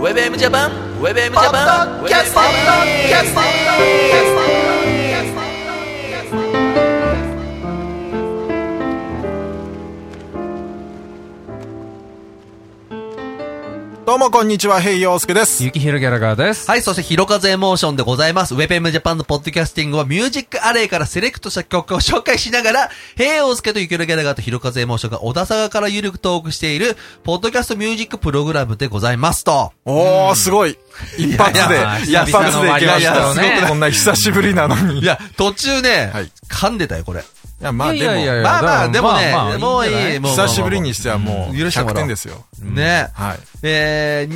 WebM ジャパン WebM ジパャパッンドキャスティングキャスティングどうもこんにちは、ヘイヨウスケです。ゆきひろギャラガーです。はい、そして、ひろかずエモーションでございます。ウェブ m ジャパンのポッドキャスティングは、ミュージックアレイからセレクトした曲を紹介しながら、平尾介とゆきるギャラガーとひろかずエモーションが小田坂からゆるくトークしている、ポッドキャストミュージックプログラムでございますと。おー、すごい。一発で、いや一発でいけました。久々のす割合だよねごくこんな久しぶりなのに。いいや、や、途中ね、はい噛んでたよ、これ。まあいやいやいやでいやまあまあ、だでかもらね、まあまあもういいいいんじゃない。も、もう久しぶりにしてはもう、許してもら100おう点ですよ。ね。はい。えー、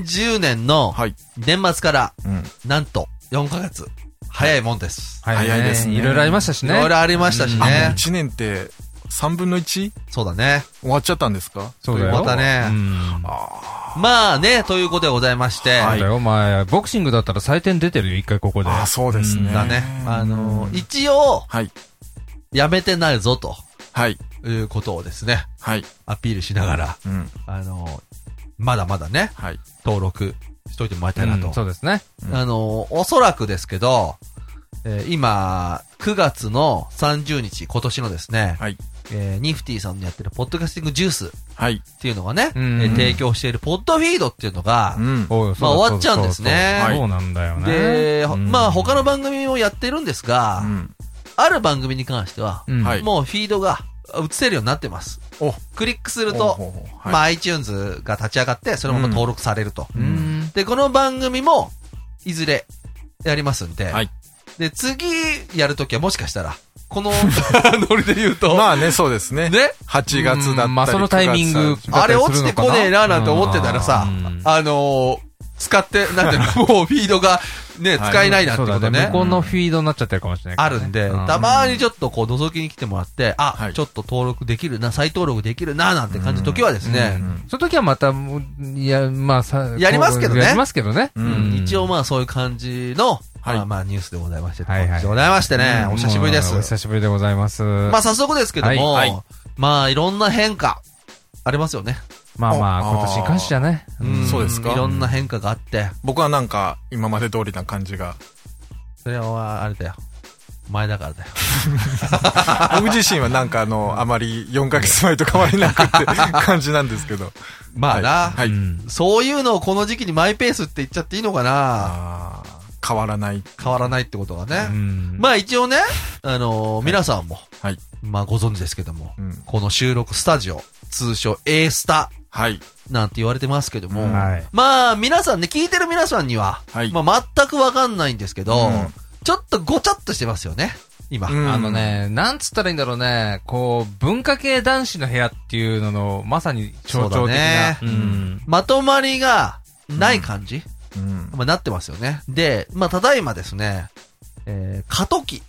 2010年のはい。年末から、うん。なんと4ヶ月。早いもんです。はい早いですねいろいろありましたしいね。ろいろありましたしあ、もうね。 1年って、3分の 1? そうだね。終わっちゃったんですかそうだよ。またねうんまあね、ということでございまして。そうだよ、お前。ボクシングだったら採点出てるよ、一回ここで。あー、そうですね。だね。あの、一応、はい。やめてないぞ、とはい。いうことをですね、はい。アピールしながら、うん。あの、まだまだね、はい。登録しといてもらいたいなうんと。そうですね。あの、おそらくですけど、えー今、9月の30日、今年のですね、はい。えーニフティさんのやってるポッドキャスティングジュースっはい。ていうのがね、えうんー提供しているポッドフィードっていうのがう、ん。おうそうだ終わっちゃうんですねそうそうそうそうなんだよね。で、うんまあ他の番組もやってるんですが、うん。ある番組に関しては、うんはいもうフィードが映せるようになってます。お、クリックするほうと、ほうほうはいまあ iTunes が立ち上がって、そのまま登録されると。うん。で、この番組も、いずれ、やりますんで。はいで、次、やるときはもしかしたら、この、ノリで言うと、まあね、そうですね。ね、 8月だったり。まあそのタイミング9月あれ落ちてこねえななんて思ってたらさうん、あのー使って、なんていうの、もうフィードが、ね、はい使えないなそんてこうだとね。ね向。こうのフィードになっちゃってるかもしれないかあらね。るんで、うたまーにちょっとこう覗きに来てもらって、あ、はいちょっと登録できるな、再登録できるな、なんて感じの時はですね、その時はまた、もういや、まあさ、やりますけどねやりますけどね。うんうん一応まあそういう感じの、はいまあまあニュースでございまして、はいはい感じでございましてね、うんお久しぶりでもうおす。久しぶりでございます。まあ早速ですけども、はいはいまあいろんな変化、ありますよね。まあまあ、お今年に関してはね。んそうですかいろんな変化があって、僕はなんか、今まで通りな感じが。それはあれだよ。お前だからだよ。 僕自身はなんかあの、あまり4ヶ月前と変わりなく って感じなんですけど。まあな、はい。はいうんそういうのをこの時期にマイペースって言っちゃっていいのかなあー変わらない。変わらないってことがね。うんまあ一応ね、あのー皆さんも、はい。まあご存知ですけども、うん。この収録スタジオ、通称 A スタはい。なんて言われてますけども、はいまあ皆さんね、聞いてる皆さんには、はいまあ全くわかんないんですけど、うんちょっとごちゃっとしてますよね、今。うんあのね、なんつったらいいんだろうね、こう、文化系男子の部屋っていうのの、まさに象そう徴だ的ねな。うんまとまりがない感じ、うん。まあ、なってますよね。で、まあただいまですね、えー、過渡期。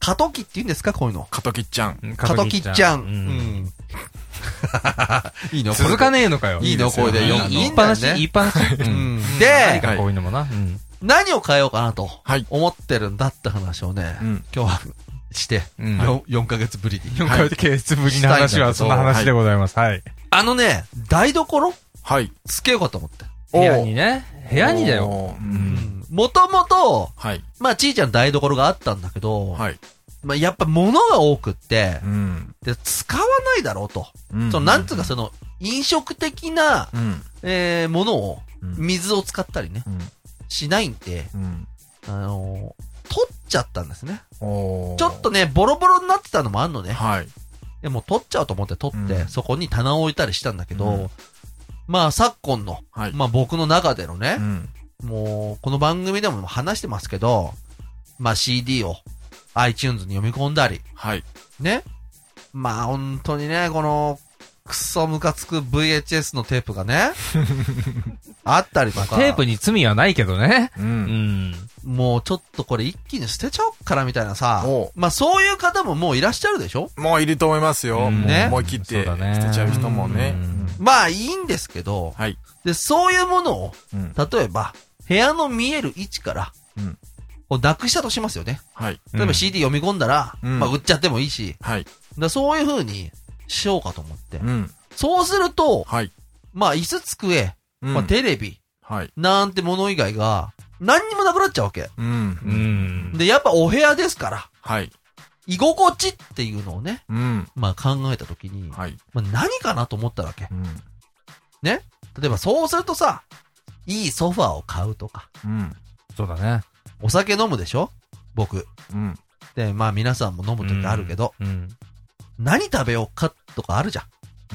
過渡期って言うんですかこういうの。カトキちゃん。過渡期っちゃん。う。んいいの続かねえのかよ。いいのこれでいいよいいいいっんぱだよなねし、いいっぱなし。ううんんいで、何かこういうのもな。うん何を変えようかなとはい。思ってるんだって話をね、うん。今日はして、うんよん4ヶ月ぶりに。 4回でケースぶりの話は、そんな話でございます。はい。あのね、台所はい。つけようかと思って。部屋にね。部屋にだよ。おー。ううんんもともと、はい。まあ、ちいちゃん台所があったんだけど、はい。まあ、やっぱ物が多くってう、ん。で、使わないだろうと。うんその、なんつうか、その、飲食的な、うん。えー、ものを、うん。水を使ったりね、うんしないんで、うん。あのー取っちゃったんですね。おーちょっと。ね、ボロボロになってたのもあんのね。はい。でもう取っちゃおうと思って取って、うんそこに棚を置いたりしたんだけど、うんまあ昨今の、はい。まあ僕の中でのうね、ん。もうこの番組でも話してますけど、まあ CD を iTunes に読み込んだり、はい。ね。まあ本当にね、この、クソムカつく VHS のテープ がね、あったりとか、テープに罪はないけどね。う。うんん。もうちょっとこれ一気に捨てちゃおっからみたいなさおう、まあそういう方ももういらっしゃるでしょもういると思いますよ。うんねね。思い切ってそ捨うだねてちゃう人もねう。んまあいいんですけど、はい。で、そういうものを、うん。例えば、部屋の見える位置から、うんこうなくしたとしますよね。はい。例えば CD 読み込んだら、うんまあ売っちゃってもいいし、はい。だからそういう風にしようかと思って。うん。そうすると、はい。まあ椅子机、うんまあ、テレビ、はい。なんてもの以外が、何にもなくなっちゃうわけ。う。うんん。で、やっぱお部屋ですから、はい。居心地っていうのをね、うん。まあ考えたときに、はい。まあ何かなと思ったわけ。うん。例えばそうするとさ、いいソファーを買うとか、うん。そうだね。お酒飲むでしょ僕。うん。で、まあ皆さんも飲む時あるけど、うん。何食べようかとかあるじゃ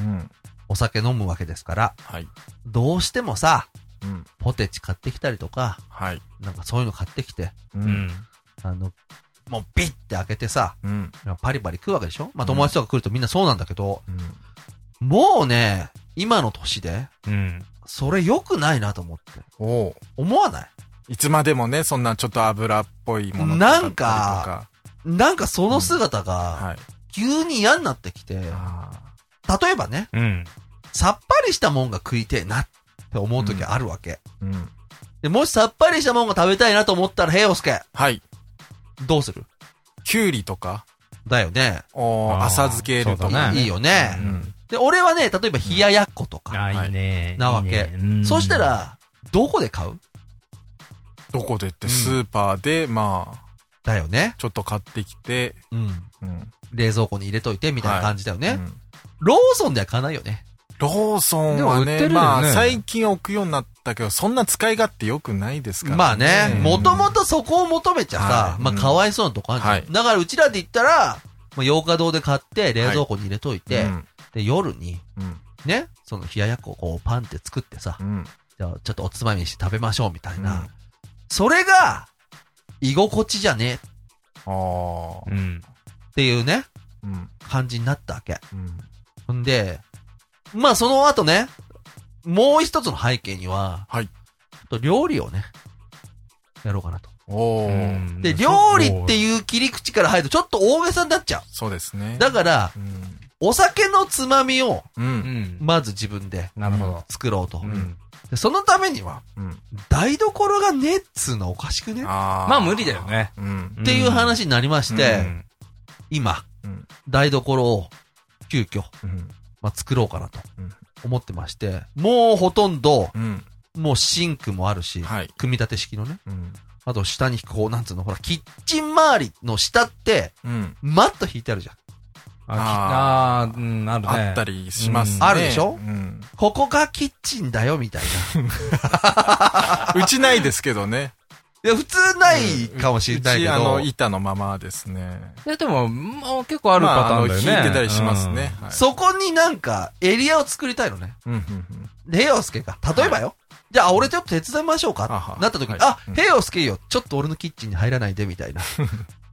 ん。うん。お酒飲むわけですから、はい。どうしてもさ、うん。ポテチ買ってきたりとか、はい。なんかそういうの買ってきて、う。うんん。あの、もうビッて開けてさ、うん。パリパリ食うわけでしょまうあん友達とか来るとみんなそうなんだけど、うん。もうね、今の年で、うん。それ良くないなと思って。おう思わないいつまでもね、そんなちょっと油っぽいものなんかとかなんかその姿だったが、りと急に嫌になってきて、例か。はえばね、うん。さっぱりしたもんが食いてえなって思う時あるわけ。い。うん。で、もしさっぱりしたもんが食べたいなと思ったら、ヘイオスケ、はい。どうするきゅうりとか、だよね。おあーー浅漬けるとそうかだね。ねいいようね。ん。で、俺はね、例えば冷ややっことか。あ、いいね。なわけいいねうんそした、ら、どこで買うどこでって、スーパーで、まあ、だよね。ちょっと買ってきて、うん。うん。冷蔵庫に入れといて、みたいな感じだよね。うんローソンでは買わないよね。ローソンはでも売っね、てるよねまあ、最近置くようになったけど、そんな使い勝手良くないですからまあね、もともと、とそこを求めちゃさ、はいまあかわいそうなとこあるじゃん、はいだからうちらで言ったら、まあ、洋華堂で買って、冷蔵庫に入れといて、うんで、夜に、うん。ね、その冷ややっこをこうパンって作ってさ、うん。じゃあちょっとおつまみにして食べましょうみたいな。うんそれが、居心地じゃねああ。うん。っていうね、うん。感じになったわけ。うん。ほんで、まあその後ね、もう一つの背景には、はい。ちょっと料理をね、やろうかなと。おうー。んで、料理っていう切り口から入るとちょっと大げさになっちゃそうですねう。。だから、うん。お酒のつまみを、う。うんん。まず自分でなるほど。作ろうと。うん。でそのためには、うん。台所がねっつうのはおかしくねっああ。まあ無理だよ。ね。うん。ていう話になりましうて、ん今、うん台所を急遽、うん。まあ、作ろうかなとうん思ってまして、もうほとんど、うん。もうシンクもあるし、はい。組み立て式のね。うん。あと下にこう、なんつうの、ほら、キッチン周りの下って、うん。マット引いてあるじゃん。あ、きあー、うん、あるね。あったりしますね。あるでしょうん。ここがキッチンだよ、みたい な。うちないですけどね。いや、普通ないかもしれないけうち、あどの、、板のままですね。いや、でも、まあ、結構あるパターンだよね。まああの引いてたりしますね。はいそこになんか、エリアを作りたいのね。うん。うん。うんで、ヘイオスケが。例えばよ。じゃあ、俺ちょっと手伝いましょうかははなった時に、はいあう、んヘイオスケよ。ちょっと俺のキッチンに入らないで、みたいな。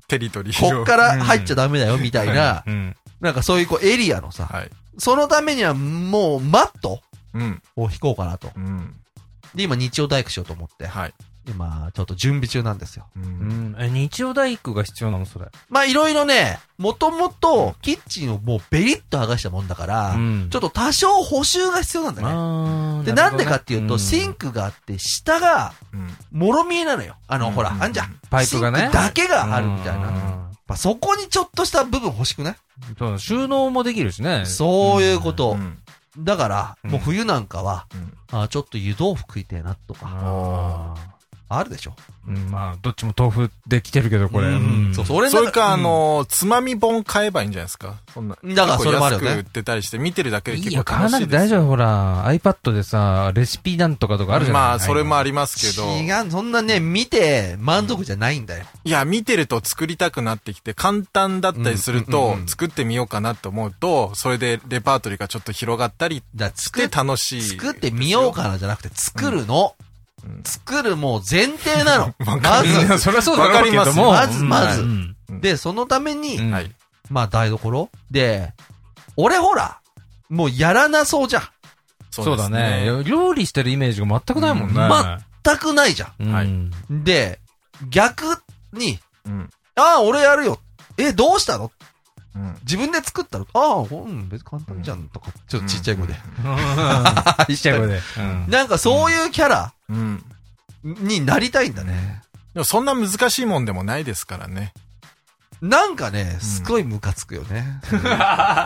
テリトリーをこっから入っちゃダメだよ、みたいな。うん。うん。なんかそういうこうエリアのさ。はい。そのためには、もう、マットうん。を引こうかなとう。ん。で、今、日曜大工しようと思って。はい。今、ちょっと準備中なんですよ。う。うんん、え、日曜大工が必要なのそれ。まあ、いろいろね、もともと、キッチンをもうベリッと剥がしたもんだから、んちょっっと多少補修が必要なんだね。あーで、るなほんどねでかっていうと、んシンクがあって、下が、うん。もろ見えなのよ。あの、うんほら、あんじゃん。パイプがシンねク。だけがあるみたいな。うんやっ。ぱそこにちょっとした部分欲しくないそう収納もできるしね。そういうこうと。ん。だから、うんもう冬なんかは、うんあちょっと湯豆腐食いてえなとか、ああるでしょ。ーうん、まあ、どっちも豆腐できてるけど、これ。うんそうそう、俺それのか、中あの、つまみ本買えばいいんじゃないですかそんな。だからそれもある結よね構安く売ってたりして、見てるだけでい結い構よ、買楽わしないくでて大す丈よ。夫、ほら。iPad でさ、レシピなんとかとかあるじゃないまあ、それもあり。りますけど。違う、そんなね、見て満足じゃないんだよ。いや、見てると作りたくなってきて、簡単だったりするうんうとんうんう、ん作ってみようかなと思うと、それでレパートリーがちょっと広がったりだからし作てっ楽しい。作ってみよう。かなじゃなくて、作るの。うん作るもう前提なの。わまかずりいや、そりゃそうだろうけども。わかりますまずまずうんで、そのために、うんはい。まあ台所で、俺ほら、もうやらなそうじゃん。そうだね。い。や料理してるイメージが全くないもんね。うんま全くないじゃうんはい ん。で、逆に、うん。ああ、俺やるよ。え、どうしたのうん。自分で作ったのああ、うん、別に簡単じゃんとか、ちょっとちっちゃい声で。ちっちゃい声で。うんなんかそういうキャラうん。になりたいんだね。でもそんな難しいもんでもないですから ね。なんかね、すごいムカつくよね。い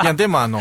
や、でもあの、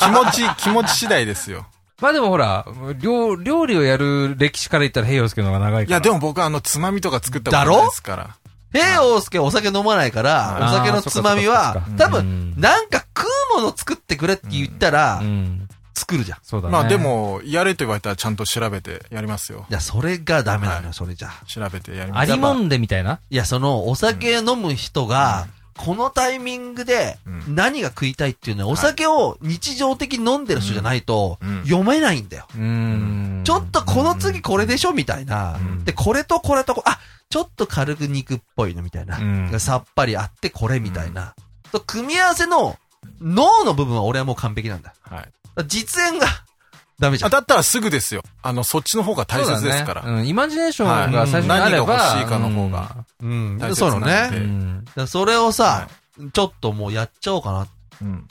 気持ち、気持ち次第ですよ。まあでもほら、料料理をやる歴史から言ったら平洋介の方が長いいから。や、でも僕はあの、つまみとか作ったことないですから。平洋介お酒飲まないから、おあー酒のつまみそっはかそっかそっ、か多分、なんか食うもの作ってくれって言ったらう、ん。作るじゃん。そうだね。まあで、も、やれと言われたらちゃんと調べてやりますよ。いや、それがダメなのはよ、それじゃ。調べてやりまあす。りもんでみたいな。いや、その、お酒飲む人が、このタイミングでう、ん何が食いたいっていうのは、お酒を日常的に飲んでる人じゃないとうん、読めないんだよ。うーんちょっとこの次これでしょみたいなう。んで、これとこれとこ、あ、ちょっと軽く肉っぽいのみたいな。うんさっぱりあってこれみたいな。と組み合わせの脳の部分は俺はもう完璧なんだ。だかはい。ら実演が ダメじゃあん。だったらすぐですよ。あの、そっちの方が大切ですから。そうだねうん、イマジネーションが最初にあれば、はい何が欲しいかの方がうん大切そうなのね。なんだでうん。からそれをさは、ちょっともうやっちゃおうかな。うん。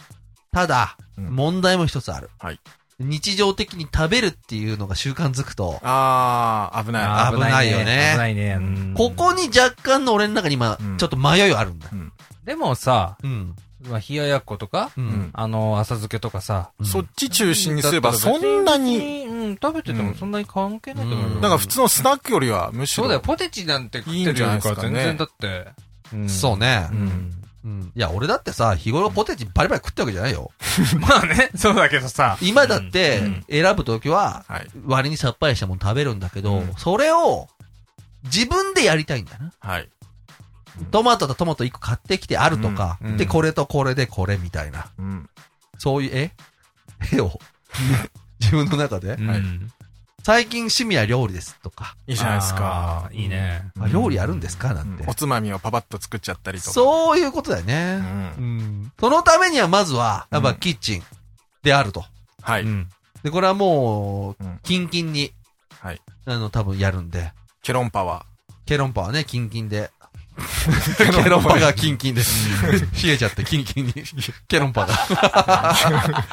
ただ、うん問題も一つある。はい日常的に食べるっていうのが習慣づくと、あー、危ない。あ危ないよね危ないね。うんここに若干の俺の中に今うん、ちょっと迷いはあるんだ。でもさ、うん。まあ、冷ややっことか、うん。あの、浅漬けとかさ、うんそっち中心にすればそんなに、うん、食べててもそんなに関係ないと思うよ。うんなんか普通のスナックよりはむしろ。そうだよ、ポテチなんて食ってるよりかは全いい然んだって。そうねう。ん。うん。いや、俺だってさ、日頃ポテチバリバリ食ってわけじゃないよ。まあね、 そうだけどさ。今だってうん、選ぶときは、はい。割にさっぱりしたもの食べるんだけど、うんそれを、自分でやりたいんだよな。はい。トマトとトマト1個買ってきてあるとか、うんうんで、これとこれでこれみたいな。うん。そういう絵絵を。 自分の中で、うんはい最近趣味は料理ですとか、いいじゃないですか。あーいいね。。あ料理やるんですかなんて、おつまみをパパッと作っちゃったりとか。そういうことだようね、ん。そのためにはまずは、やっうぱんキッチンであると。はいうん。で、これはもううん、キンキンに、はい。あの、多分やるんで、ケロンパは。ケロンパはね、キンキ ンで。ケロンパがキンキンです。冷えちゃって、キンキンに。ケロンパが。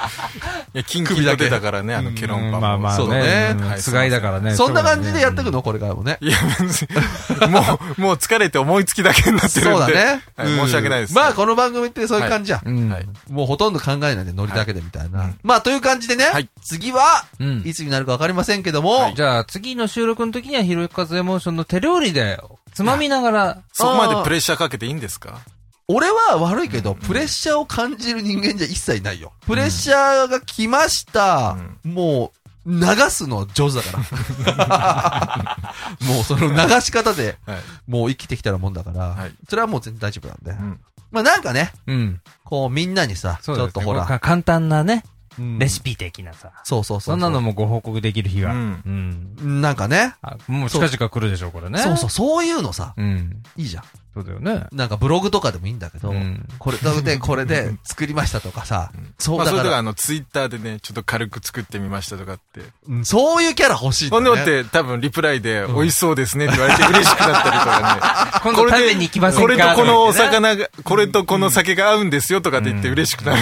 いや、キンキンと出たからね、あの、ケロンパも。まあまあそうだねね。はいつがいだからね。そんな感じでやってくのこれからもね。いや、別に。もう、もう疲れて思いつきだけになってるんで。そうだ。ね。はいうん申し訳ないですまあ、この番組ってそういう感じじゃん。うん。はい。もうほとんど考えないで乗りだけでみたいな。はいまあ、という感じでね。はい次は、うん。いつになるかわかりませんけども、じゃあ、次の収録の時には、ひろゆきかずエモーションの手料理で、つまみながら、そこまでプレッシャーかけていいんですか俺は悪いけど、プレッシャーを感じる人間じゃ一切ないよ。プレッシャーが来ました。もう、流すの上手だ から。もうその流し方で、はい。もう生きてきたらもんだから、はいそれはもう全然大丈夫なんで。んまあなんかね、うん。こうみんなにさ、ちそうょでっすとねほら、か簡単なね、うんレシピ的なさ。そうそうそう。そんなのもご報告できる日が。ううんん。なんかね、あもう近々来るでしょ、これね。そうそう、そういうのさ、う。うん。いいじゃん。そうだよね。なんかブログとかでもいいんだけど、うんこれで、これで作りましたとかさ、そうまあ、だそれか、とからあの、ツイッターでね、ちょっと軽く作ってみましたとかって。うんそういうキャラ欲しいんだほんよでね。もって、多分リプライで、美味しそうですねって言われて嬉しくなったりとかね。今度食べに行きませんかこれとこのおってね魚が、これとこの酒が合うんですよとかって言って嬉しくなる、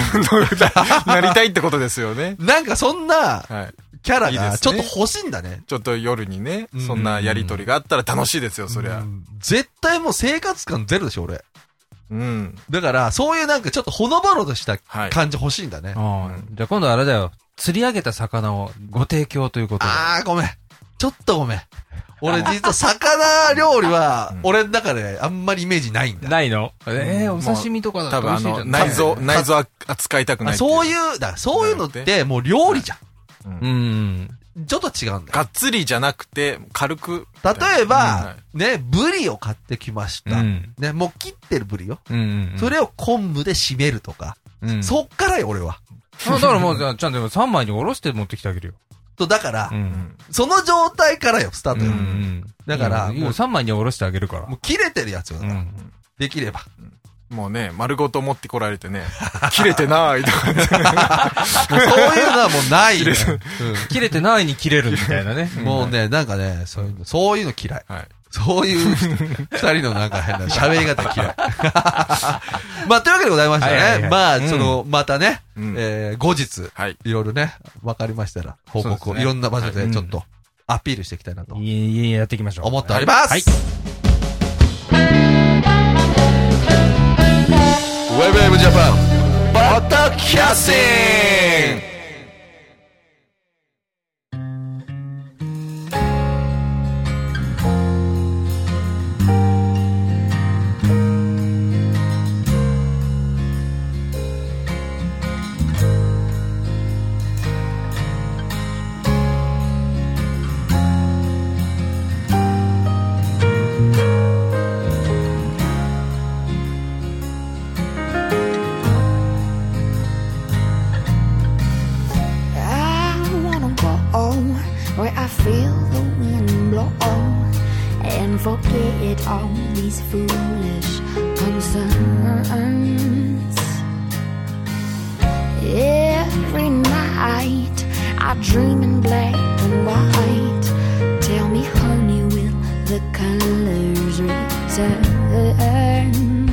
なりたいってことですよね。なんかそんなはい。キャラいいですがねちょっと欲しいんだね。ちょっと夜にね、そんなやりとりがあったら楽しいですよ、そりうゃ。ん絶対もう生活感ゼロでしょ、俺。うん。だから、そういうなんかちょっとほのぼのとしたはい感じ欲しいんだね。うんじゃあ今度あれだよ。釣り上げた魚をご提供ということで。あー、ごめん。ちょっとごめん。俺実は魚料理はうん、俺の中であんまりイメージないんだ。ないのえー、お刺身とかだ多と美分あ味しいじの、ゃん。内臓、多分内臓は扱いたくないっあて。そういうう、だからそういうのってもう料理じゃうん。ん。ちょっと違うんだよ。がっつりじゃなくて、軽く。例えうんはばい、ね、ブリを買ってきましうた。ん。ね、もう切ってるブリよ。うん。それを昆布で締めるとか。うん、そっからよ、俺は。あだからもう、じゃあちゃんと3枚におろして持ってきてあげるよ。と、だからう、。うんんその状態からよ、スタートよ。ん。だからもう3枚におろしてあげるから。もう切れてるやつよ、だうからん。できれば。もうね、丸ごと持ってこられてね、切れてないとかね。もうそういうのはもうないよ。切れてないに切れるみたいなね。うんもうね、なんかね、そういうの、そういうの嫌い。はい。そういう人二人のなん か変な喋り方嫌い。 まあ、というわけでございましたはいはいはね。いまうあ、んその、またね、うんえー後日、はい。いろいろね、分かりましたら、報告そうをですねいろんな場所はでいちょっとアピールしていきたいなといえいえ、やっていきましょう。思っております。はい。 WebM Japan バタキャスティング feel the wind blow and forget all these foolish concerns. Every night I dream in black and white. Tell me, honey, will the colors return?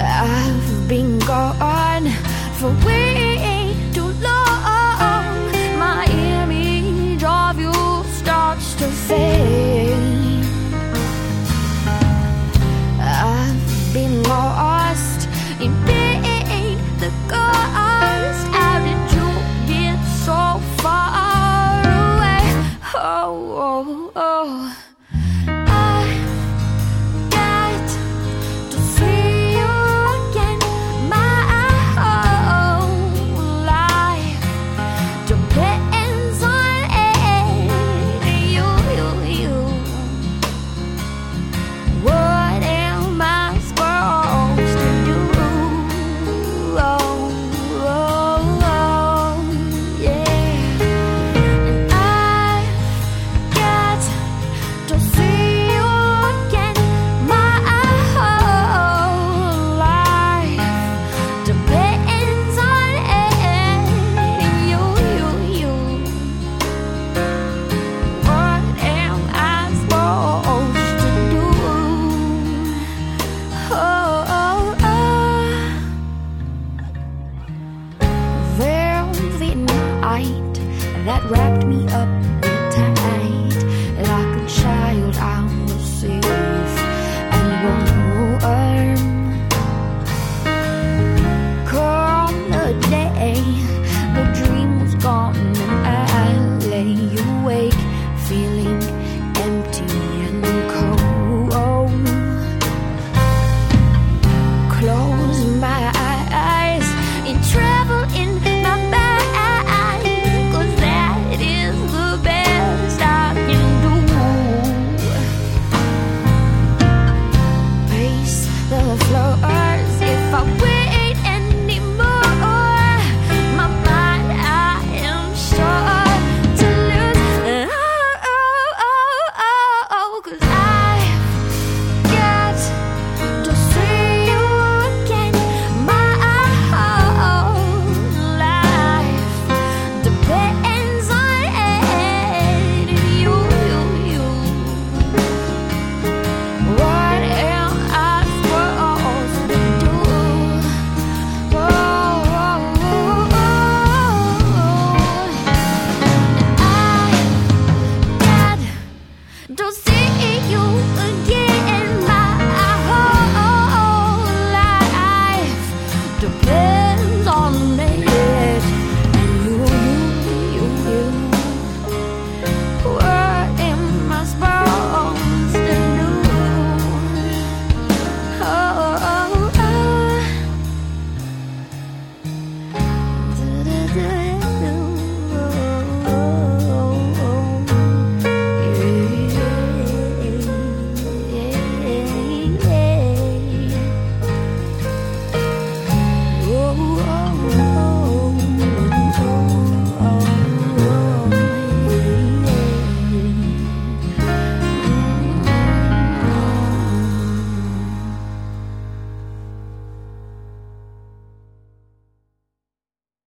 I've been gone for way too long. My image of you starts to fade. I've been lost in being the ghost. How did you get so far away? Oh, oh, oh. I got to see you again, my whole life depends on you, you, you. What am I supposed to do? Oh, oh, oh, yeah. And I've got to see you again, my whole life depends on you, you, you. What am I supposed to do? Oh, oh, oh. velvet night that wrapped me up Oh,